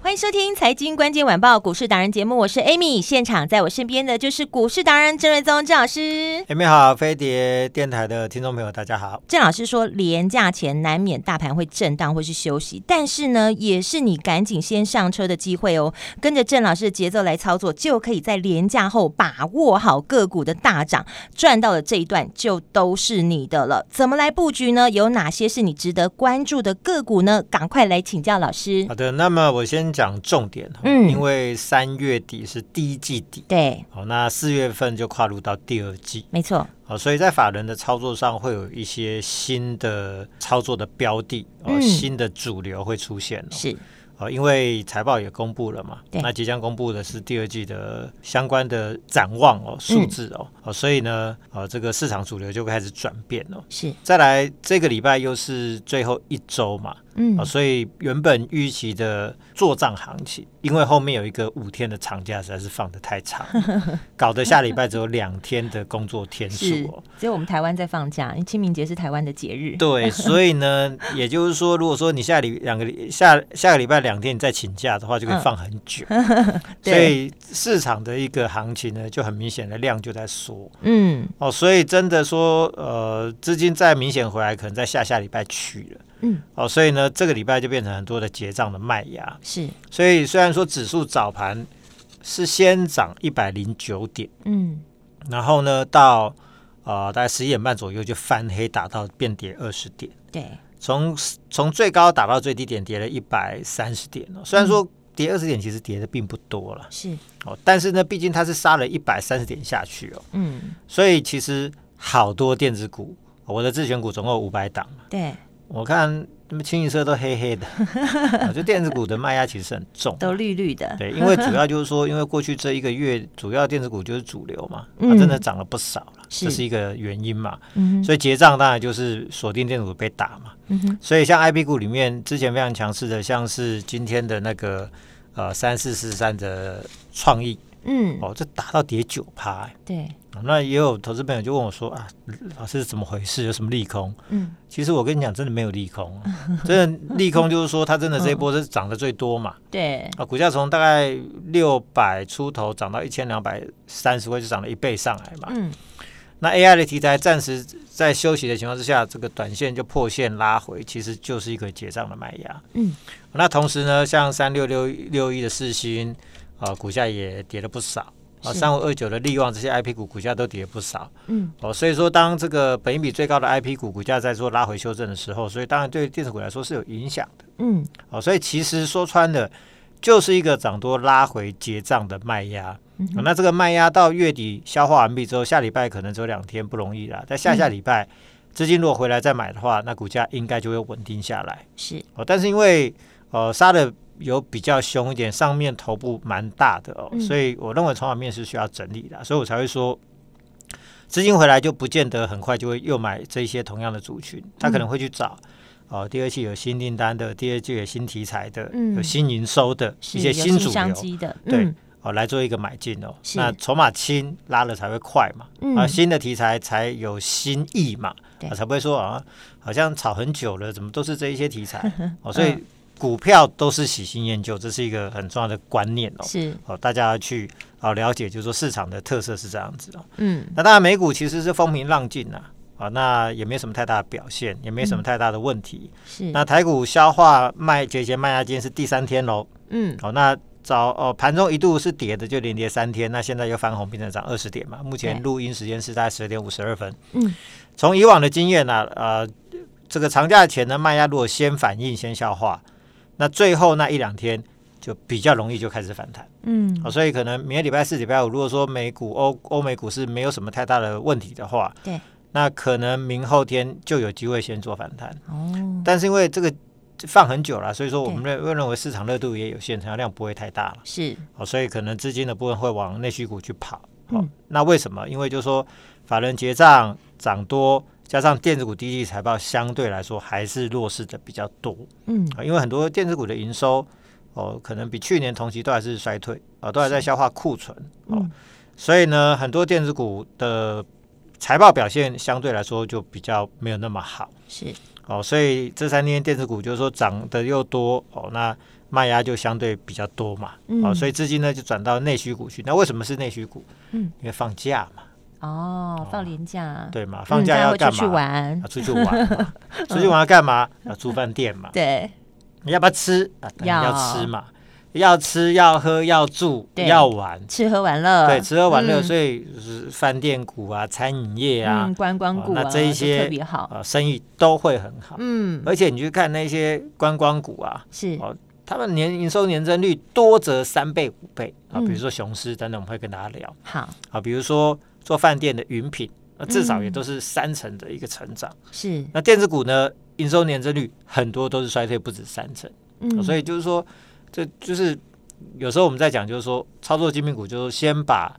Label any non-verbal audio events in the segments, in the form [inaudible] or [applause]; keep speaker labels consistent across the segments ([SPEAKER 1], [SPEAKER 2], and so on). [SPEAKER 1] 欢迎收听《财经关键晚报》股市达人节目，我是 Amy，现场在我身边的就是股市达人郑瑞宗郑老师。
[SPEAKER 2] 姐妹哎好，飞碟电台的听众朋友，大家好。
[SPEAKER 1] 郑老师说，廉价前难免大盘会震荡或是休息，但是呢，也是你赶紧先上车的机会哦。跟着郑老师的节奏来操作，就可以在廉价后把握好个股的大涨，赚到的这一段就都是你的了。怎么来布局呢？有哪些是你值得关注的个股呢？赶快来请教老师
[SPEAKER 2] 好。的，那么我先讲重点哦，
[SPEAKER 1] 嗯
[SPEAKER 2] 因为三月底是第一季底，
[SPEAKER 1] 对，
[SPEAKER 2] 好，那四月份就跨入到第二季，
[SPEAKER 1] 没错，
[SPEAKER 2] 好，所以在法人的操作上会有一些新的操作的标的，哦，
[SPEAKER 1] 嗯
[SPEAKER 2] 新的主流会出现哦，
[SPEAKER 1] 是
[SPEAKER 2] 哦，因为财报也公布了嘛，
[SPEAKER 1] 对
[SPEAKER 2] 那即将公布的是第二季的相关的展望哦，数字哦，哦，所以呢，哦，这个市场主流就开始转变哦。
[SPEAKER 1] 是，
[SPEAKER 2] 再来，这个礼拜又是最后一周嘛，
[SPEAKER 1] 嗯
[SPEAKER 2] 啊，，所以原本预期的做账行情，因为后面有一个五天的长假，实在是放的太
[SPEAKER 1] [laughs]
[SPEAKER 2] 长了，搞得下礼拜只有两天的工作天
[SPEAKER 1] 是
[SPEAKER 2] 数哦。，
[SPEAKER 1] 只有我们台湾在放假，因为清明节是台湾的节日。
[SPEAKER 2] 对，所以呢，也就是说，如果说你下礼两个礼下下个礼拜两天你再请假的话，就可以
[SPEAKER 1] 嗯
[SPEAKER 2] 放很久。所
[SPEAKER 1] [laughs] 对
[SPEAKER 2] 以市场的一个行情呢，就很明显的量就在缩
[SPEAKER 1] 嗯
[SPEAKER 2] 哦，所以真的说，呃，资金再明显回来，可能在下下礼拜去了。
[SPEAKER 1] 嗯，
[SPEAKER 2] 哦，所以呢，这个礼拜就变成很多的结账的卖压。
[SPEAKER 1] 是，
[SPEAKER 2] 所以虽然说指数早盘是先涨一百零九点，
[SPEAKER 1] 嗯
[SPEAKER 2] 然后呢到呃大概十一点半左右就翻黑，打到变跌二十点，
[SPEAKER 1] 对，
[SPEAKER 2] 从从最高打到最低点跌了一百三十点哦。虽然说跌二十点其实跌的并不多了
[SPEAKER 1] 是，
[SPEAKER 2] 哦，但是呢，毕竟它是杀了一百三十点下去哦，
[SPEAKER 1] 嗯
[SPEAKER 2] 所以其实好多电子股，我的自选股总共五百档嘛，
[SPEAKER 1] 对，
[SPEAKER 2] 我看那么清一色都黑
[SPEAKER 1] [laughs]
[SPEAKER 2] 黑的，哦就电子股的卖压其实很重。
[SPEAKER 1] 都绿绿的，
[SPEAKER 2] 对，因为主要就是说，因为过去这一个月，主要电子股就是主流嘛，它、
[SPEAKER 1] 嗯
[SPEAKER 2] 真的涨了不少了，
[SPEAKER 1] 是
[SPEAKER 2] 这是一个原因嘛。
[SPEAKER 1] 嗯哼
[SPEAKER 2] 所以结账当然就是锁定电子股被打嘛。
[SPEAKER 1] 嗯哼，
[SPEAKER 2] 所以像 I P 股里面之前非常强势的，像是今天的那个呃三四四三的创意
[SPEAKER 1] 嗯
[SPEAKER 2] 哦，这打到跌九趴、欸
[SPEAKER 1] 对，
[SPEAKER 2] 哦那也有投资朋友就问我说啊，老师怎么回事？有什么利空？
[SPEAKER 1] 嗯
[SPEAKER 2] 其实我跟你讲，真的没有利空，啊真的利空就是说它真的这一波是涨得最多嘛。
[SPEAKER 1] 对，
[SPEAKER 2] 啊，股价从大概六百出头涨到一千两百三十块，就涨了一倍上来嘛。
[SPEAKER 1] 嗯
[SPEAKER 2] 那 AI 的题材暂时在休息的情况之下，这个短线就破线拉回，其实就是一个结账的卖压。
[SPEAKER 1] 嗯，
[SPEAKER 2] 那同时呢，像三六六六一的四星啊、股价也跌了不少。啊，
[SPEAKER 1] 是
[SPEAKER 2] 三五二九的利旺这些 I P 股股价都跌了不少
[SPEAKER 1] 嗯
[SPEAKER 2] 哦，所以说当这个本益比最高的 I P 股股价在做拉回修正的时候，所以当然对电子股来说是有影响的。
[SPEAKER 1] 嗯
[SPEAKER 2] 哦，所以其实说穿了，就是一个涨多拉回结账的卖压、
[SPEAKER 1] 嗯
[SPEAKER 2] 哦那这个卖压到月底消化完毕之后，下礼拜可能只有两天不容易啦。但下下礼拜、资金如果回来再买的话，那股价应该就会稳定下来。
[SPEAKER 1] 是，
[SPEAKER 2] 哦，但是因为呃杀的有比较凶一点，上面头部蛮大的哦，
[SPEAKER 1] 嗯
[SPEAKER 2] 所以我认为筹码面是需要整理的，所以我才会说。资金回来就不见得很快就会又买这些同样的族群，
[SPEAKER 1] 嗯
[SPEAKER 2] 他可能会去找、哦，第二季有新订单的，第二季有新题材的，
[SPEAKER 1] 嗯
[SPEAKER 2] 有新营收的
[SPEAKER 1] 是
[SPEAKER 2] 一些
[SPEAKER 1] 有
[SPEAKER 2] 新主
[SPEAKER 1] 商
[SPEAKER 2] 流
[SPEAKER 1] 机的，
[SPEAKER 2] 对
[SPEAKER 1] 嗯
[SPEAKER 2] 哦来做一个买进哦。
[SPEAKER 1] 是
[SPEAKER 2] 那筹码轻拉了才会快嘛，啊，
[SPEAKER 1] 嗯
[SPEAKER 2] 新的题材才有新意嘛，
[SPEAKER 1] 对
[SPEAKER 2] 啊、才不会说啊，好像炒很久了，怎么都是这一些
[SPEAKER 1] [laughs]
[SPEAKER 2] 题材哦，所
[SPEAKER 1] 嗯
[SPEAKER 2] 以股票都是喜新厌旧，这是一个很重要的观念哦。
[SPEAKER 1] 是，
[SPEAKER 2] 哦，大家要去哦了解，就是说市场的特色是这样子哦。
[SPEAKER 1] 嗯
[SPEAKER 2] 那当然，美股其实是风平浪静啊，啊，那也没什么太大的表现，也没
[SPEAKER 1] 嗯
[SPEAKER 2] 什么太大的问题。
[SPEAKER 1] 是，
[SPEAKER 2] 那台股消化卖节前卖压，今天是第三天喽。
[SPEAKER 1] 嗯
[SPEAKER 2] 好、那早哦，盘中一度是跌的，就连跌三天，那现在又翻红，变成涨二十点嘛。目前
[SPEAKER 1] 对
[SPEAKER 2] 录音时间是在十点五十二分。
[SPEAKER 1] 嗯，
[SPEAKER 2] 从以往的经验呢、呃，这个长假前呢，卖压如果先反应、先消化，那最后那一两天就比较容易就开始反弹。
[SPEAKER 1] 嗯
[SPEAKER 2] 哦，所以可能明天礼拜四、礼拜五，如果说美股、欧欧美股市没有什么太大的问题的话，
[SPEAKER 1] 对，
[SPEAKER 2] 那可能明后天就有机会先做反弹。
[SPEAKER 1] 哦，
[SPEAKER 2] 但是因为这个放很久了，所以说我
[SPEAKER 1] 对
[SPEAKER 2] 们认认为市场热度也有限，成交量不会太大了。
[SPEAKER 1] 是
[SPEAKER 2] 哦，所以可能资金的部分会往内需股去跑。哦，
[SPEAKER 1] 嗯
[SPEAKER 2] 那为什么？因为就是说法人结账涨多，加上电子股第一季财报相对来说还是弱势的比较多。
[SPEAKER 1] 嗯
[SPEAKER 2] 啊，因为很多电子股的营收哦，可能比去年同期都还是衰退啊、都还在消化库存哦，
[SPEAKER 1] 嗯
[SPEAKER 2] 所以呢，很多电子股的财报表现相对来说就比较没有那么好
[SPEAKER 1] 是
[SPEAKER 2] 哦，所以这三天电子股就是说涨得又多哦，那卖压就相对比较多嘛，哦，
[SPEAKER 1] 嗯
[SPEAKER 2] 所以资金呢就转到内需股去。那为什么是内需股？
[SPEAKER 1] 嗯，
[SPEAKER 2] 因为放假嘛，
[SPEAKER 1] 哦，放年假，
[SPEAKER 2] 对嘛，
[SPEAKER 1] 嗯
[SPEAKER 2] 放假
[SPEAKER 1] 大家
[SPEAKER 2] 要
[SPEAKER 1] 会出
[SPEAKER 2] 干
[SPEAKER 1] 去
[SPEAKER 2] 嘛？
[SPEAKER 1] 玩
[SPEAKER 2] 啊，，出去玩
[SPEAKER 1] [laughs]
[SPEAKER 2] 嘛，出去玩要干嘛？要住饭店嘛，
[SPEAKER 1] 对，
[SPEAKER 2] 你要不要吃啊？当然
[SPEAKER 1] 要
[SPEAKER 2] 要吃嘛，要吃要喝要住
[SPEAKER 1] 对
[SPEAKER 2] 要玩，
[SPEAKER 1] 吃喝玩乐，
[SPEAKER 2] 对，吃喝玩乐，
[SPEAKER 1] 嗯
[SPEAKER 2] 所以就是饭店股啊、餐饮业啊
[SPEAKER 1] 嗯，、观光
[SPEAKER 2] 哦
[SPEAKER 1] 股
[SPEAKER 2] 那
[SPEAKER 1] 啊，
[SPEAKER 2] 这一
[SPEAKER 1] 都
[SPEAKER 2] 些哎
[SPEAKER 1] 特别好，
[SPEAKER 2] 啊生意都会很好。
[SPEAKER 1] 嗯，
[SPEAKER 2] 而且你去看那些观光股啊，
[SPEAKER 1] 是
[SPEAKER 2] 哦他们年营收年增率多则三倍五倍啊，
[SPEAKER 1] 嗯
[SPEAKER 2] 比如说雄狮等等，我们会跟大家聊
[SPEAKER 1] 好
[SPEAKER 2] 啊，比如说做饭店的云品，那至少也
[SPEAKER 1] 嗯
[SPEAKER 2] 都是三成的一个成长。
[SPEAKER 1] 是，
[SPEAKER 2] 那电子股呢，营收年增率很多都是衰退不止三成。啊
[SPEAKER 1] 嗯，
[SPEAKER 2] 所
[SPEAKER 1] 以
[SPEAKER 2] 以就是说，这就是有时候我们在讲，就是说操作精品股，就是先把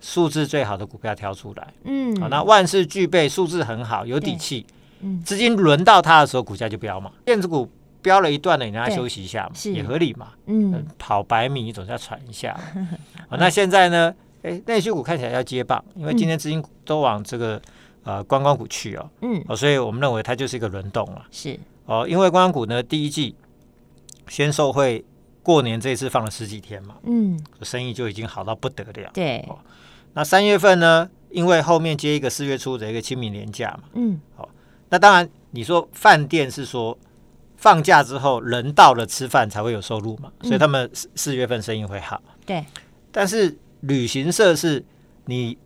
[SPEAKER 2] 素质最好的股票挑出来。啊
[SPEAKER 1] 嗯，
[SPEAKER 2] 好、那万事俱备，素质很好，有
[SPEAKER 1] 对
[SPEAKER 2] 底气，
[SPEAKER 1] 嗯
[SPEAKER 2] 资金轮到它的时候，股价就飙嘛。电子股飙了一段了，你让它
[SPEAKER 1] 对
[SPEAKER 2] 休息一下嘛，
[SPEAKER 1] 是
[SPEAKER 2] 也合理嘛。呃
[SPEAKER 1] 嗯
[SPEAKER 2] 跑百米总是要喘一下嘛。好、那现在呢？哎，内需股看起来要接棒，因为今天资金都往这个呃观光股去哦，
[SPEAKER 1] 嗯
[SPEAKER 2] 哦，所以我们认为它就是一个轮动了。
[SPEAKER 1] 是
[SPEAKER 2] 哦，因为观光股呢，第一季先受惠过年这一次放了十几天嘛，
[SPEAKER 1] 嗯
[SPEAKER 2] 生意就已经好到不得了。
[SPEAKER 1] 对
[SPEAKER 2] 哦那三月份呢，因为后面接一个四月初的一个清明年假嘛，
[SPEAKER 1] 嗯
[SPEAKER 2] 那当然你说饭店是说放假之后人到了吃饭才会有收入嘛，所以他们四四月份生意会好。
[SPEAKER 1] 嗯对
[SPEAKER 2] 但是旅行社是你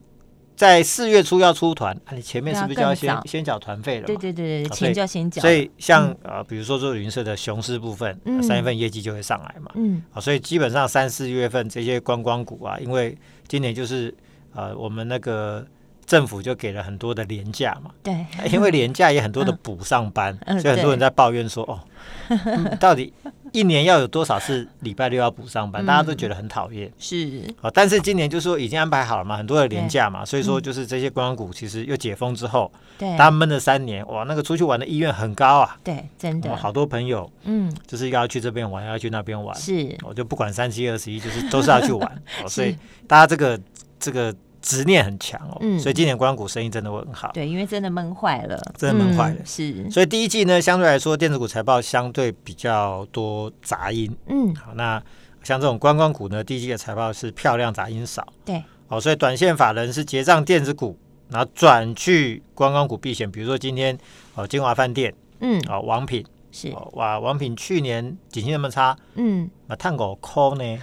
[SPEAKER 2] 在四月初要出团，啊、你前面
[SPEAKER 1] 对啊
[SPEAKER 2] 是不是就要
[SPEAKER 1] 更
[SPEAKER 2] 先
[SPEAKER 1] 早
[SPEAKER 2] 先缴团费了嘛？
[SPEAKER 1] 对对对对，
[SPEAKER 2] 好所
[SPEAKER 1] 钱
[SPEAKER 2] 以
[SPEAKER 1] 就要先缴，
[SPEAKER 2] 啊所以像呃，比如说做云社的雄狮部分，
[SPEAKER 1] 嗯
[SPEAKER 2] 呃三月份业绩就会上来嘛。
[SPEAKER 1] 嗯
[SPEAKER 2] 啊，所以基本上三四月份这些观光股啊，因为今年就是呃，我们那个政府就给了很多的廉价嘛，
[SPEAKER 1] 对
[SPEAKER 2] 啊 [laughs] 因为廉价也很多的补上班，
[SPEAKER 1] 嗯
[SPEAKER 2] 所以很多人在抱怨说，哦，
[SPEAKER 1] [laughs]
[SPEAKER 2] 嗯到底一年要有多少次礼拜六要补上
[SPEAKER 1] 嗯
[SPEAKER 2] 班？大家都觉得很讨厌。
[SPEAKER 1] 是
[SPEAKER 2] 啊，但是今年就是说已经安排好了嘛，很多的廉价
[SPEAKER 1] 嗯
[SPEAKER 2] 嘛，所以说就是这些观光股其实又解封之后，
[SPEAKER 1] 对
[SPEAKER 2] 大家闷了三年，哇，那个出去玩的意愿很高啊。
[SPEAKER 1] 对真
[SPEAKER 2] 我
[SPEAKER 1] 的
[SPEAKER 2] 好多朋友
[SPEAKER 1] 嗯
[SPEAKER 2] 就是要去这边玩，要去那边玩，
[SPEAKER 1] 是
[SPEAKER 2] 我、就不管三七二十一，就是都是要
[SPEAKER 1] [laughs]
[SPEAKER 2] 去玩，哦、所以大家这个这个执念很强哦，
[SPEAKER 1] 嗯
[SPEAKER 2] 所以今年光谷生意真的会很好。
[SPEAKER 1] 对，因为真的闷坏了，
[SPEAKER 2] 真的闷坏
[SPEAKER 1] 嗯
[SPEAKER 2] 了
[SPEAKER 1] 是
[SPEAKER 2] 所以第一季呢，相对来说电子股财报相对比较多杂音，
[SPEAKER 1] 嗯
[SPEAKER 2] 好，那像这种观光股呢，第一季的财报是漂亮杂音少，
[SPEAKER 1] 对，
[SPEAKER 2] 哦，所以短线法人是结账电子股，然后转去观光股避险，比如说今天哦金华饭店
[SPEAKER 1] 嗯
[SPEAKER 2] 哦王品
[SPEAKER 1] 是
[SPEAKER 2] 哦哇王品去年景气那么差，
[SPEAKER 1] 嗯
[SPEAKER 2] 啊，探狗抠呢、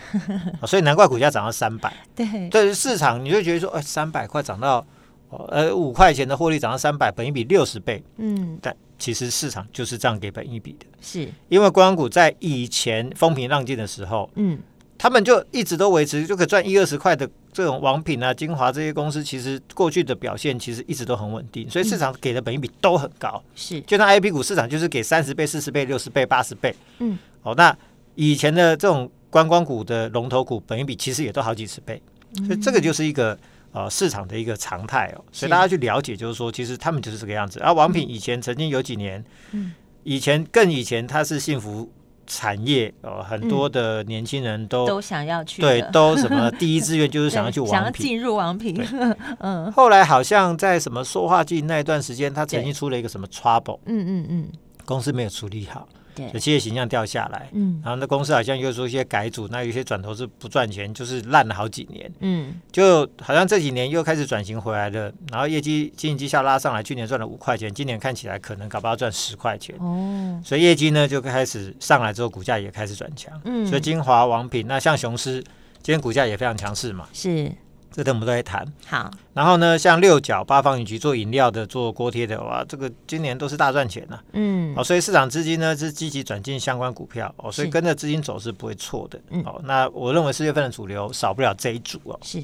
[SPEAKER 2] 啊所以难怪股价涨到三百。
[SPEAKER 1] 对
[SPEAKER 2] 对于市场，你就觉得说，哎，三百块涨到，哦呃，五块钱的获利涨到三百，本一比六十倍，
[SPEAKER 1] 嗯
[SPEAKER 2] 但其实市场就是这样给本一比的。
[SPEAKER 1] 是
[SPEAKER 2] 因为观光股在以前风平浪静的时候，
[SPEAKER 1] 嗯
[SPEAKER 2] 他们就一直都维持就可以赚一二十块的这种王品啊、精华这些公司，其实过去的表现其实一直都很稳定，所以市场给的本一比都很高。
[SPEAKER 1] 是
[SPEAKER 2] 就像 I P 股市场就是给三十倍、四十倍、六十倍、八十倍。
[SPEAKER 1] 嗯，
[SPEAKER 2] 哦，那以前的这种观光股的龙头股，本益比其实也都好几十倍，
[SPEAKER 1] 嗯
[SPEAKER 2] 所以这个就是一个呃市场的一个常态哦。所以大家去了解，就是说，其实他们就是这个样子。而、啊王品以前曾经有几年，
[SPEAKER 1] 嗯，
[SPEAKER 2] 以前更以前它是幸福产业哦、呃很多的年轻人都、
[SPEAKER 1] 嗯都想要去
[SPEAKER 2] 哦对
[SPEAKER 1] [laughs] 的
[SPEAKER 2] 都什么第一志愿就是
[SPEAKER 1] 对
[SPEAKER 2] 想要去
[SPEAKER 1] 想要
[SPEAKER 2] 王品。
[SPEAKER 1] 进入王品，嗯
[SPEAKER 2] 后来好像在什么塑化剂那一段时间，他曾
[SPEAKER 1] 对
[SPEAKER 2] 经出了一个什么 trouble，
[SPEAKER 1] 嗯嗯嗯
[SPEAKER 2] 公司没有处理好，
[SPEAKER 1] 对
[SPEAKER 2] 所以企业形象掉下来。
[SPEAKER 1] 哎嗯
[SPEAKER 2] 然后那公司好像又做一些改组，那有些转投资不赚钱，就是烂了好几年，
[SPEAKER 1] 嗯
[SPEAKER 2] 就好像这几年又开始转型回来了，然后业绩经营绩效拉上来，去年赚了五块钱，今年看起来可能搞不好赚十块钱，
[SPEAKER 1] 哦
[SPEAKER 2] 所以业绩呢就开始上来之后，股价也开始转强，
[SPEAKER 1] 嗯
[SPEAKER 2] 所以金华、王品，那像雄狮今天股价也非常强势嘛，
[SPEAKER 1] 是
[SPEAKER 2] 这等我们都来谈。
[SPEAKER 1] 好，
[SPEAKER 2] 然后呢，像六角、八方云集做饮料的、做锅贴的，哇，这个今年都是大赚钱呐、
[SPEAKER 1] 嗯
[SPEAKER 2] 哦，所以市场资金呢是积极转进相关股票哦，所以
[SPEAKER 1] 是
[SPEAKER 2] 跟着资金走是不会错的。
[SPEAKER 1] 嗯
[SPEAKER 2] 哦，那我认为四月份的主流少不了这一组哦。
[SPEAKER 1] 是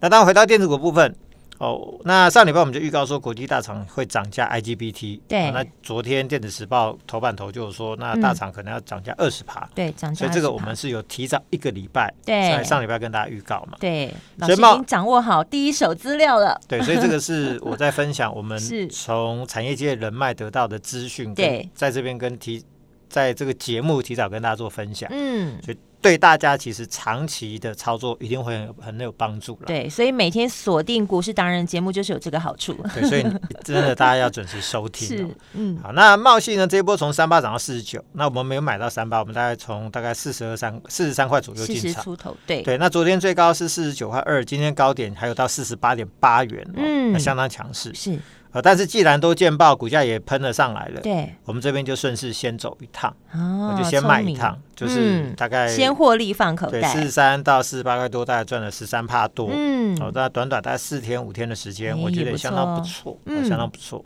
[SPEAKER 2] 那当然回到电子股部分哦，那上礼拜我们就预告说国际大厂会涨价 IGBT，
[SPEAKER 1] 对
[SPEAKER 2] 哦那昨天电子时报头版头就有说，那大厂可能要涨价二十趴，
[SPEAKER 1] 对涨价20%，
[SPEAKER 2] 所以这个我们是有提早一个礼拜，
[SPEAKER 1] 对
[SPEAKER 2] 在上礼拜跟大家预告嘛。
[SPEAKER 1] 对老师
[SPEAKER 2] 所以
[SPEAKER 1] 已
[SPEAKER 2] 冒
[SPEAKER 1] 经掌握好第一手资料了，
[SPEAKER 2] 对，所以这个是我在分享我们
[SPEAKER 1] [laughs] 是
[SPEAKER 2] 从产业界人脉得到的资讯，
[SPEAKER 1] 对，
[SPEAKER 2] 在这边跟提，在这个节目提早跟大家做分享，
[SPEAKER 1] 嗯。
[SPEAKER 2] 所以对大家其实长期的操作一定会很有很有帮助了。
[SPEAKER 1] 对，所以每天锁定股市达人节目就是有这个好
[SPEAKER 2] [laughs]
[SPEAKER 1] 处。
[SPEAKER 2] 对，所以你真的大家要准时收听、哦。，
[SPEAKER 1] 嗯，
[SPEAKER 2] 好，那茂信呢？这一波从三八涨到四十九，那我们没有买到三八，我们大概从大概四十二三、四十三块左右
[SPEAKER 1] 四
[SPEAKER 2] 进
[SPEAKER 1] 十
[SPEAKER 2] 场。
[SPEAKER 1] 出头，对，
[SPEAKER 2] 对，那昨天最高是四十九块二，今天高点还有到四十八点八元、哦，
[SPEAKER 1] 嗯
[SPEAKER 2] 那相当强势。
[SPEAKER 1] 是，
[SPEAKER 2] 呃，但是既然都见报，股价也喷了上来了，
[SPEAKER 1] 对，
[SPEAKER 2] 我们这边就顺势先走一趟，
[SPEAKER 1] 哦
[SPEAKER 2] 呃我就先卖一趟，，就是
[SPEAKER 1] 嗯
[SPEAKER 2] 大概
[SPEAKER 1] 聪明先获利放口
[SPEAKER 2] 对
[SPEAKER 1] 袋
[SPEAKER 2] 四。十三到四十八块多，大概赚了十三帕多。
[SPEAKER 1] 嗯，
[SPEAKER 2] 哦，那短短大概四天五天的时间，
[SPEAKER 1] 哎
[SPEAKER 2] 我觉得
[SPEAKER 1] 也
[SPEAKER 2] 也
[SPEAKER 1] 不
[SPEAKER 2] 相当不
[SPEAKER 1] 错
[SPEAKER 2] 错，
[SPEAKER 1] 嗯
[SPEAKER 2] 哦相当不错。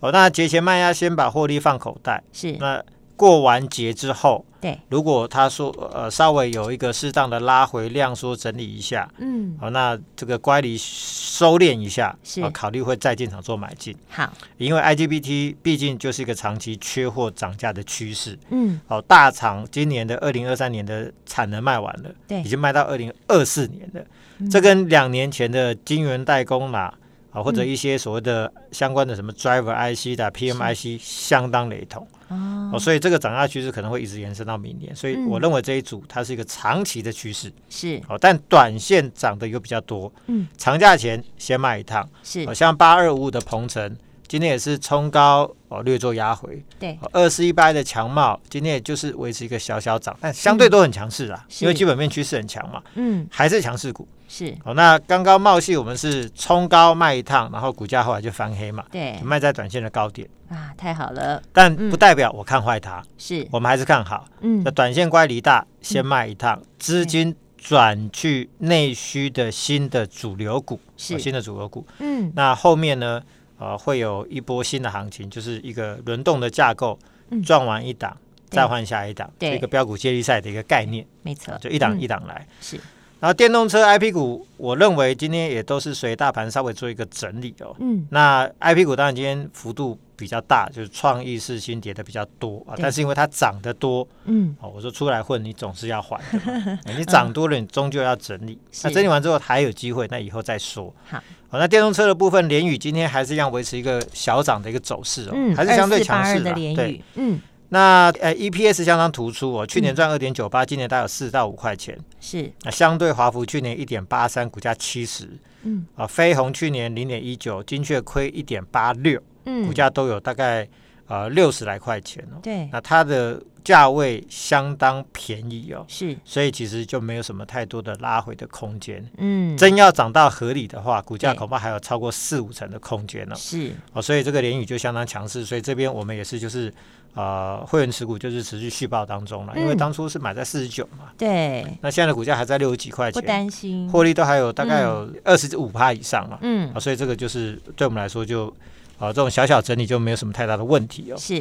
[SPEAKER 2] 哦，那节前卖压先把获利放口袋，
[SPEAKER 1] 是，
[SPEAKER 2] 那过完节之后，
[SPEAKER 1] 对，
[SPEAKER 2] 如果他说呃稍微有一个适当的拉回量缩整理一下，
[SPEAKER 1] 嗯，
[SPEAKER 2] 哦，那这个乖离收敛一下，
[SPEAKER 1] 是
[SPEAKER 2] 哦考虑会再进场做买进。
[SPEAKER 1] 好，
[SPEAKER 2] 因为 IGBT 毕竟就是一个长期缺货涨价的趋势。
[SPEAKER 1] 嗯，
[SPEAKER 2] 好，大厂今年的二零二三年的产能卖完了，
[SPEAKER 1] 对嗯
[SPEAKER 2] 已经卖到二零二四年了。这跟两年前的晶圆代工啦，啊，或
[SPEAKER 1] 嗯
[SPEAKER 2] 者一些所谓的相关的什么 driver IC 的 PMIC 相当雷同。
[SPEAKER 1] 哦，
[SPEAKER 2] 哦，所以这个涨价趋势可能会一直延伸到明年。所以
[SPEAKER 1] 嗯
[SPEAKER 2] 我认为这一组它是一个长期的趋势。
[SPEAKER 1] 是
[SPEAKER 2] 哦，但短线涨的又比较多。
[SPEAKER 1] 嗯，
[SPEAKER 2] 长假前先卖一趟。
[SPEAKER 1] 是
[SPEAKER 2] 好、，哦像八二五五的鹏程，今天也是冲高哦，略做压回。哦
[SPEAKER 1] 对，
[SPEAKER 2] 二四一八的强茂，今天也就是维持一个小小涨，但相对都很强势啦，
[SPEAKER 1] 嗯是
[SPEAKER 2] 因为基本面趋势很强嘛，
[SPEAKER 1] 嗯，
[SPEAKER 2] 还是强势股。
[SPEAKER 1] 是，
[SPEAKER 2] 哦，那刚刚茂系我们是冲高卖一趟，然后股价后来就翻黑嘛，
[SPEAKER 1] 对，
[SPEAKER 2] 卖在短线的高点，
[SPEAKER 1] 啊，太好了，
[SPEAKER 2] 但
[SPEAKER 1] 嗯
[SPEAKER 2] 不代表我看坏它，
[SPEAKER 1] 是，
[SPEAKER 2] 我们还是看好。
[SPEAKER 1] 嗯
[SPEAKER 2] 哦那，短线乖离大，先卖一趟，资金转去内需的新的主流股，
[SPEAKER 1] 是
[SPEAKER 2] 哦新的主流股。
[SPEAKER 1] 嗯，
[SPEAKER 2] 那后面呢，呃，会有一波新的行情，就是一个轮动的架构
[SPEAKER 1] 嗯，
[SPEAKER 2] 转完一档、
[SPEAKER 1] 对
[SPEAKER 2] 再换下一档，
[SPEAKER 1] 对
[SPEAKER 2] 一个标股接力赛的一个概念，
[SPEAKER 1] 没错，
[SPEAKER 2] 就一档
[SPEAKER 1] 嗯
[SPEAKER 2] 一档来。
[SPEAKER 1] 是，
[SPEAKER 2] 然后电动车 IP 股，我认为今天也都是随大盘稍微做一个整理哦。
[SPEAKER 1] 嗯，
[SPEAKER 2] 那 IP 股当然今天幅度比较大，就是创意、世新跌的比较多啊，
[SPEAKER 1] 对
[SPEAKER 2] 但是因为它涨得多
[SPEAKER 1] 嗯，
[SPEAKER 2] 哦，我说出来混你总是要还
[SPEAKER 1] [laughs]
[SPEAKER 2] 的嘛，哎你涨多了你终究要整理，
[SPEAKER 1] 是
[SPEAKER 2] 那整理完之后还有机会，那以后再说。
[SPEAKER 1] 好，
[SPEAKER 2] 好，那电动车的部分，联宇今天还是一样维持一个小涨的一个走势哦，
[SPEAKER 1] 嗯，
[SPEAKER 2] 还是相对强势
[SPEAKER 1] 2482的
[SPEAKER 2] 啦
[SPEAKER 1] 联
[SPEAKER 2] 对，
[SPEAKER 1] 宇，嗯，
[SPEAKER 2] 那呃 EPS 相当突出哦，去年赚二点九八，今年大概有四到五块钱。
[SPEAKER 1] 是，
[SPEAKER 2] 那相对华孚去年一点八三，股价七十。
[SPEAKER 1] 嗯，
[SPEAKER 2] 啊，飞鸿去年零点一九，金雀亏一点八六，
[SPEAKER 1] 嗯，
[SPEAKER 2] 股价都有大概呃六十来块钱哦。
[SPEAKER 1] 对，
[SPEAKER 2] 那它的价位相当便宜哦，
[SPEAKER 1] 是，
[SPEAKER 2] 所以其实就没有什么太多的拉回的空间。
[SPEAKER 1] 嗯，
[SPEAKER 2] 真要涨到合理的话，股价
[SPEAKER 1] 对
[SPEAKER 2] 恐怕还有超过四五成的空间呢、
[SPEAKER 1] 是，
[SPEAKER 2] 哦，所以这个联宇就相当强势，所以这边我们也是就是呃会员持股就是持续续报当中了，因为
[SPEAKER 1] 嗯
[SPEAKER 2] 当初是买在四十九嘛，
[SPEAKER 1] 对，
[SPEAKER 2] 那现在的股价还在六十几块
[SPEAKER 1] 不
[SPEAKER 2] 钱，
[SPEAKER 1] 担心，
[SPEAKER 2] 获利都还有大概有二十五趴以上嘛，
[SPEAKER 1] 嗯
[SPEAKER 2] 啊，，所以这个就是对我们来说就啊、呃这种小小整理就没有什么太大的问题哦。
[SPEAKER 1] 是，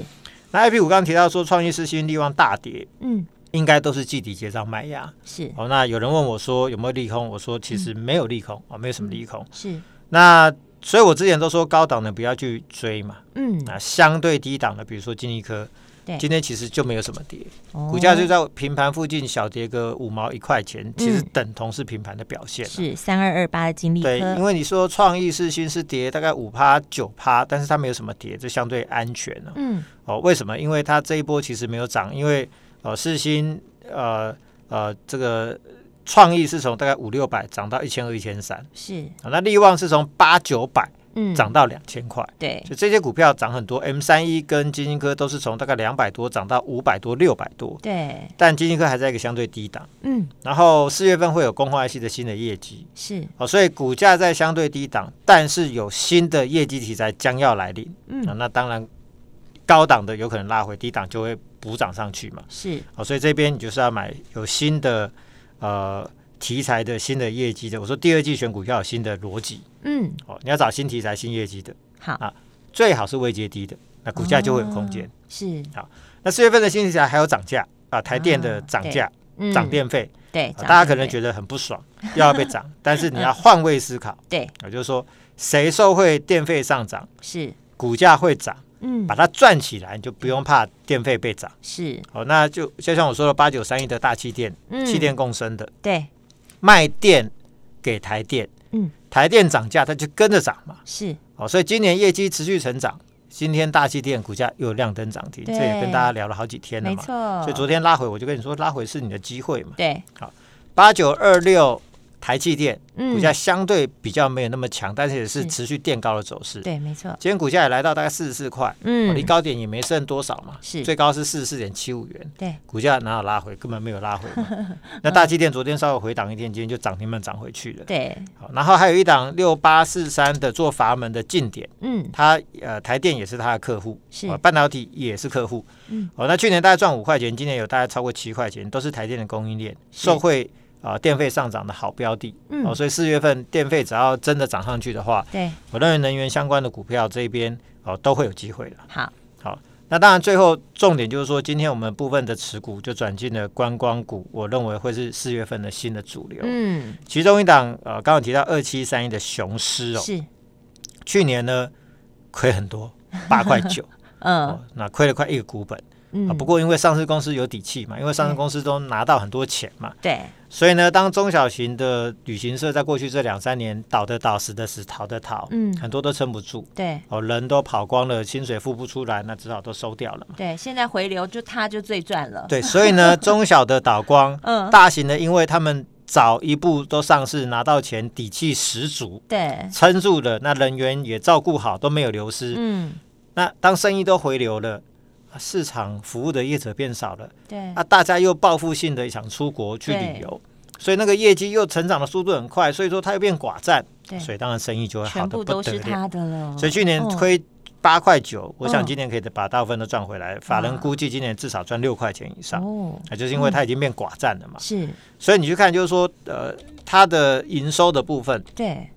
[SPEAKER 2] 那 I P 股刚刚提到说创意是新力旺大跌，
[SPEAKER 1] 嗯，
[SPEAKER 2] 应该都是季底结账卖压。
[SPEAKER 1] 是，
[SPEAKER 2] 哦，那有人问我说有没有利空，我说其
[SPEAKER 1] 嗯
[SPEAKER 2] 实没有利空哦，没有什么利空。
[SPEAKER 1] 是，
[SPEAKER 2] 那所以我之前都说高档的不要去追嘛，
[SPEAKER 1] 嗯，
[SPEAKER 2] 那相对低档的，比如说金立科
[SPEAKER 1] 对，哦
[SPEAKER 2] 今天其实就没有什么跌，
[SPEAKER 1] 股
[SPEAKER 2] 股价就在平盘附近小跌个五毛一块钱，其实等同是平盘的表现啊、
[SPEAKER 1] 嗯是三二二八的金利
[SPEAKER 2] 对，
[SPEAKER 1] 科
[SPEAKER 2] 因，为你说创意是新是跌大概五趴九趴，但是它没有什么跌，这相对安全了、
[SPEAKER 1] 嗯，
[SPEAKER 2] 哦，为什么？因为它这一波其实没有涨，因为呃世新呃呃这个创意是从大概五六百涨到一千二一千三，
[SPEAKER 1] 是，
[SPEAKER 2] 啊那力旺是从八九百
[SPEAKER 1] 嗯，
[SPEAKER 2] 涨到两千块。
[SPEAKER 1] 对，
[SPEAKER 2] 所以这些股票涨很多，M 三一跟金星科都是从大概两百多涨到五百多、六百多，
[SPEAKER 1] 对，
[SPEAKER 2] 但金星科还在一个相对低档。
[SPEAKER 1] 嗯，
[SPEAKER 2] 然后四月份会有工化 IC 的新的业绩，
[SPEAKER 1] 是，
[SPEAKER 2] 哦，所以股价在相对低档，但是有新的业绩题材将要来临。
[SPEAKER 1] 嗯
[SPEAKER 2] 啊那当然高档的有可能拉回，低档就会补涨上去嘛。
[SPEAKER 1] 是，
[SPEAKER 2] 哦，所以这边你就是要买有新的呃题材的新的业绩的，我说第二季选股要有新的逻辑
[SPEAKER 1] 嗯，
[SPEAKER 2] 哦，你要找新题材、新业绩的，
[SPEAKER 1] 好，
[SPEAKER 2] 啊最好是未接低的，那股价就会有空间。
[SPEAKER 1] 哦是，
[SPEAKER 2] 那四月份的新题材还有涨价啊，台电的
[SPEAKER 1] 啊
[SPEAKER 2] 涨
[SPEAKER 1] 对
[SPEAKER 2] 价、
[SPEAKER 1] 嗯
[SPEAKER 2] 涨电费，
[SPEAKER 1] 对，
[SPEAKER 2] 啊大家可能
[SPEAKER 1] 得
[SPEAKER 2] 觉得很不爽，又要被涨，但是你要换位思考，
[SPEAKER 1] 对，
[SPEAKER 2] 也就是说谁受惠电费上涨，
[SPEAKER 1] 是，
[SPEAKER 2] 股价会涨，
[SPEAKER 1] 嗯
[SPEAKER 2] 把，它赚起来，你就不用怕电费被涨。
[SPEAKER 1] 是，
[SPEAKER 2] 哦，那就就像我说的，八九三一的大气电，
[SPEAKER 1] 嗯
[SPEAKER 2] 气电共生的
[SPEAKER 1] 对，
[SPEAKER 2] 卖电给台电，
[SPEAKER 1] 嗯，
[SPEAKER 2] 台电涨价，它就跟着涨嘛。
[SPEAKER 1] 是，
[SPEAKER 2] 哦，所以今年业绩持续成长，今天大气电股价又亮灯涨停，这
[SPEAKER 1] 对
[SPEAKER 2] 也跟大家聊了好几天了
[SPEAKER 1] 没
[SPEAKER 2] 嘛。
[SPEAKER 1] 错，
[SPEAKER 2] 所以昨天拉回，我就跟你说，拉回是你的机会嘛。
[SPEAKER 1] 对，
[SPEAKER 2] 八九二六台气电
[SPEAKER 1] 嗯
[SPEAKER 2] 股价相对比较没有那么强，但是也是
[SPEAKER 1] 是
[SPEAKER 2] 持续垫高的走势。
[SPEAKER 1] 对，没错，
[SPEAKER 2] 今天股价也来到大概四十四块，哦
[SPEAKER 1] 嗯
[SPEAKER 2] 离，高点也没剩多少嘛，
[SPEAKER 1] 是
[SPEAKER 2] 最高是四十四点七五元。
[SPEAKER 1] 对，
[SPEAKER 2] 股价哪有拉回，根本没有拉回
[SPEAKER 1] [laughs]
[SPEAKER 2] 嘛。那大气电昨天稍微回档一天，今天就涨停板涨回去了。
[SPEAKER 1] 对，
[SPEAKER 2] 好，然后还有一档六八四三的做阀门的进点，
[SPEAKER 1] 嗯，
[SPEAKER 2] 它呃台电也是它的客户，
[SPEAKER 1] 是
[SPEAKER 2] 哦半导体也是客户。
[SPEAKER 1] 嗯，
[SPEAKER 2] 哦，那去年大概赚五块钱，今年有大概超过七块钱，都是台电的供应链，受惠啊、呃电费上涨的好标的。
[SPEAKER 1] 嗯
[SPEAKER 2] 哦，所以四月份电费只要真的涨上去的话，
[SPEAKER 1] 对，
[SPEAKER 2] 我认为能源相关的股票这边哦都会有机会的。
[SPEAKER 1] 好，
[SPEAKER 2] 那当然，最后重点就是说，今天我们部分的持股就转进了观光股，我认为会是四月份的新的主流。
[SPEAKER 1] 嗯，
[SPEAKER 2] 其中一档呃，刚刚有提到二七三一的雄狮哦，
[SPEAKER 1] 是，
[SPEAKER 2] 去年呢亏很多，
[SPEAKER 1] [laughs]
[SPEAKER 2] 八块九
[SPEAKER 1] 嗯，，
[SPEAKER 2] 哦那亏了快一个股本、
[SPEAKER 1] 嗯
[SPEAKER 2] 啊。不，过因为上市公司有底气嘛，因为上市公司都拿到很多钱嘛，
[SPEAKER 1] 对，
[SPEAKER 2] 所以呢，当中小型的旅行社在过去这两三年倒的倒，死的死，逃的逃，
[SPEAKER 1] 嗯
[SPEAKER 2] 很多都撑不住
[SPEAKER 1] 对，
[SPEAKER 2] 哦，人都跑光了，薪水付不出来，那只好都收掉了嘛。
[SPEAKER 1] 对，现在回流就他就最赚了，，
[SPEAKER 2] 对，所
[SPEAKER 1] [laughs]
[SPEAKER 2] 以呢，中小的倒光，
[SPEAKER 1] 嗯
[SPEAKER 2] 大型的因为他们早一步都上市，拿到钱，底气十足，
[SPEAKER 1] 对，
[SPEAKER 2] 撑住了，那人员也照顾好，都没有流失。
[SPEAKER 1] 嗯，
[SPEAKER 2] 那当生意都回流了。啊市场服务的业者变少了，
[SPEAKER 1] 对，
[SPEAKER 2] 啊，大家又报复性的想出国去旅游，所以那个业绩又成长的速度很快，所以说它又变寡占，
[SPEAKER 1] 对，
[SPEAKER 2] 所以当然生意就会好
[SPEAKER 1] 全
[SPEAKER 2] 的
[SPEAKER 1] 部
[SPEAKER 2] 不
[SPEAKER 1] 都
[SPEAKER 2] 得
[SPEAKER 1] 是
[SPEAKER 2] 了。
[SPEAKER 1] 他的了，
[SPEAKER 2] 所以去年
[SPEAKER 1] 哦
[SPEAKER 2] 亏八块九，我想
[SPEAKER 1] 嗯
[SPEAKER 2] 今年可以把大部分都赚回来。法人估计今年至少赚六块钱以上。
[SPEAKER 1] 哦，
[SPEAKER 2] 啊，就是因为它已经变寡占了嘛，
[SPEAKER 1] 是，
[SPEAKER 2] 所以你去看，就是说，呃，它的营收的部分
[SPEAKER 1] 对，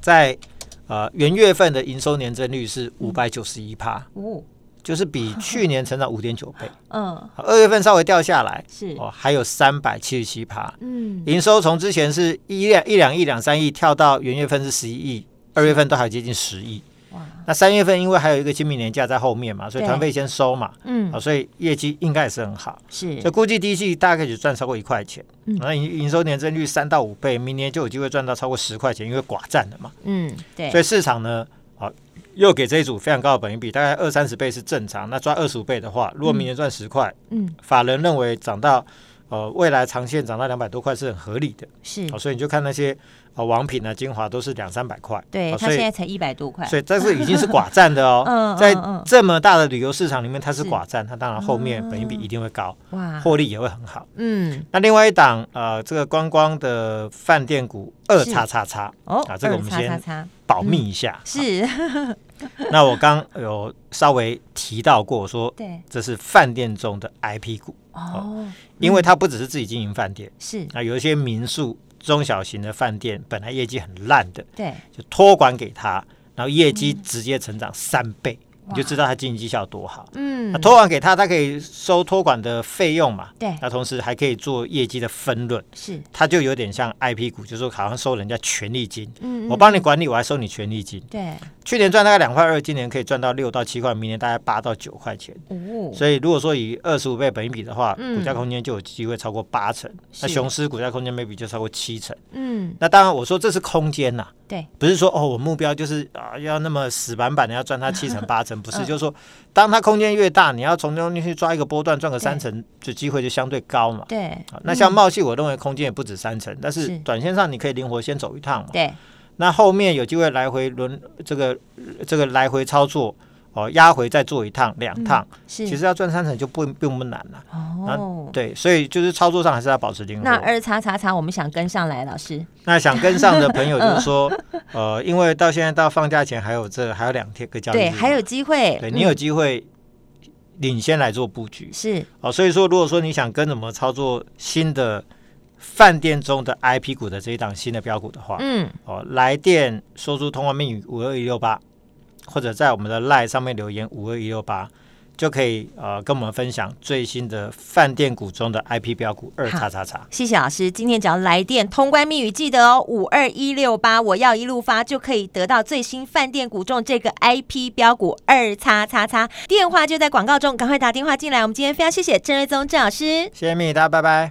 [SPEAKER 2] 在呃元月份的营收年增率是五百九十一趴，
[SPEAKER 1] 哦，
[SPEAKER 2] 就是比去年成长五点九倍。
[SPEAKER 1] 嗯，
[SPEAKER 2] 好二月份稍微掉下来，
[SPEAKER 1] 是，
[SPEAKER 2] 哦，还有三百七十七趴。
[SPEAKER 1] 嗯，
[SPEAKER 2] 营收从之前是一两一两亿、两三亿，跳到元月份是十一亿，二月份都还接近十亿。
[SPEAKER 1] 哇，
[SPEAKER 2] 那三月份因为还有一个清明年假在后面嘛，所以
[SPEAKER 1] 对
[SPEAKER 2] 团费先收嘛，
[SPEAKER 1] 嗯
[SPEAKER 2] 啊，，所以业绩应该也是很好。
[SPEAKER 1] 是
[SPEAKER 2] 所以，估计第一季大概只赚超过一块钱，
[SPEAKER 1] 嗯
[SPEAKER 2] 那营营收年增率三到五倍，明年就有机会赚到超过十块钱，因为寡占了嘛。
[SPEAKER 1] 嗯，对，
[SPEAKER 2] 所以市场呢，好、又给这一组非常高的本益比，大概二三十倍是正常。那抓二十五倍的话，如果明年赚十块，
[SPEAKER 1] 嗯，
[SPEAKER 2] 法人认为涨到呃未来长线涨到两百多块是很合理的。啊
[SPEAKER 1] 是
[SPEAKER 2] 好、，所以你就看那些呃王品啊、精华都是两三百块，
[SPEAKER 1] 对
[SPEAKER 2] 好
[SPEAKER 1] 他
[SPEAKER 2] 所
[SPEAKER 1] 现在
[SPEAKER 2] 以
[SPEAKER 1] 才一百多块，
[SPEAKER 2] 所以但是已经是寡占的
[SPEAKER 1] 嗯 [laughs] 嗯，
[SPEAKER 2] 哦在
[SPEAKER 1] 嗯
[SPEAKER 2] 这么大的旅游市场里面，它是
[SPEAKER 1] 是嗯啊
[SPEAKER 2] 寡占，它当然后面本益比一定会高，
[SPEAKER 1] 哇，
[SPEAKER 2] 获利也会很好。
[SPEAKER 1] 嗯，
[SPEAKER 2] 那另外一档呃，这个观光的饭店股二叉叉叉
[SPEAKER 1] 哦，
[SPEAKER 2] 啊这个我们
[SPEAKER 1] 二叉叉
[SPEAKER 2] 先
[SPEAKER 1] 叉
[SPEAKER 2] 保密一下。
[SPEAKER 1] 是，
[SPEAKER 2] [laughs] 那我刚有稍微提到过说，
[SPEAKER 1] 对，
[SPEAKER 2] 这是饭店中的 IP 股，
[SPEAKER 1] 哦，
[SPEAKER 2] 因为它不只是自己经营饭店，
[SPEAKER 1] 是，
[SPEAKER 2] 那有一些民宿、中小型的饭店本来业绩很烂的，
[SPEAKER 1] 对，
[SPEAKER 2] 就托管给他，然后业绩直接成长三倍，你
[SPEAKER 1] 嗯
[SPEAKER 2] 就
[SPEAKER 1] 哇
[SPEAKER 2] 知道它经营绩效多好。
[SPEAKER 1] 嗯
[SPEAKER 2] 那，托管给他，他可以收托管的费用嘛？
[SPEAKER 1] 对
[SPEAKER 2] 那同时还可以做业绩的分论。
[SPEAKER 1] 是，
[SPEAKER 2] 它就有点像 IP 股，就是说好像收人家权利金，
[SPEAKER 1] 嗯，
[SPEAKER 2] 我
[SPEAKER 1] 嗯
[SPEAKER 2] 帮你管理，我还收你权利金。
[SPEAKER 1] 对，
[SPEAKER 2] 去年赚大概两块二，今年可以赚到六到七块，明年大概八到九块钱。
[SPEAKER 1] 哦，
[SPEAKER 2] 所以如果说以二十五倍本益比的话，
[SPEAKER 1] 嗯
[SPEAKER 2] 股价空间就有机会超过八成。那
[SPEAKER 1] 是
[SPEAKER 2] 雄狮股价空间 maybe 就超过七成。
[SPEAKER 1] 嗯，
[SPEAKER 2] 那当然，我说这是空间呐、
[SPEAKER 1] 对，
[SPEAKER 2] 不是说哦，我目标就是啊要那么死板板的要赚它七
[SPEAKER 1] [laughs]
[SPEAKER 2] 成八成，不是，
[SPEAKER 1] 嗯
[SPEAKER 2] 就是说当它空间越大，你要从中间去抓一个波段赚个三成，就机会就相对高嘛。
[SPEAKER 1] 对嗯
[SPEAKER 2] 啊，那像茂系，我认为空间也不止三成，但
[SPEAKER 1] 是
[SPEAKER 2] 是短线上你可以灵活先走一趟嘛。
[SPEAKER 1] 对，
[SPEAKER 2] 那后面有机会来回轮这个这个来回操作哦，压回再做一趟两趟，
[SPEAKER 1] 嗯是，
[SPEAKER 2] 其实要赚三成就不并不难了。
[SPEAKER 1] 哦，
[SPEAKER 2] 对，所以就是操作上还是要保持灵活。
[SPEAKER 1] 那二叉叉叉，我们想跟上来，老师，
[SPEAKER 2] 那想跟上的朋友就
[SPEAKER 1] [laughs]
[SPEAKER 2] 是说，呃，因为到现在到放假前还有这还有两天个交易日
[SPEAKER 1] 对，
[SPEAKER 2] 嘛
[SPEAKER 1] 还有机会，
[SPEAKER 2] 对
[SPEAKER 1] 嗯
[SPEAKER 2] 你有机会领先来做布局
[SPEAKER 1] 是，
[SPEAKER 2] 哦。所以说，如果说你想跟着我们操作新的饭店中的 IP 股的这一档新的标股的话，
[SPEAKER 1] 嗯，
[SPEAKER 2] 哦，来电说出通话密语五二一六八，或者在我们的 LINE 上面留言五二一六八，就可以呃跟我们分享最新的饭店股中的 IP 标股二叉叉叉。
[SPEAKER 1] 谢谢老师，今天只要来电通关密语，记得哦，五二一六八，我要一路发就可以得到最新饭店股中这个 IP 标股二叉叉叉，电话就在广告中，赶快打电话进来。我们今天非常谢谢郑瑞宗郑老师。
[SPEAKER 2] 谢谢蜜，大家拜拜。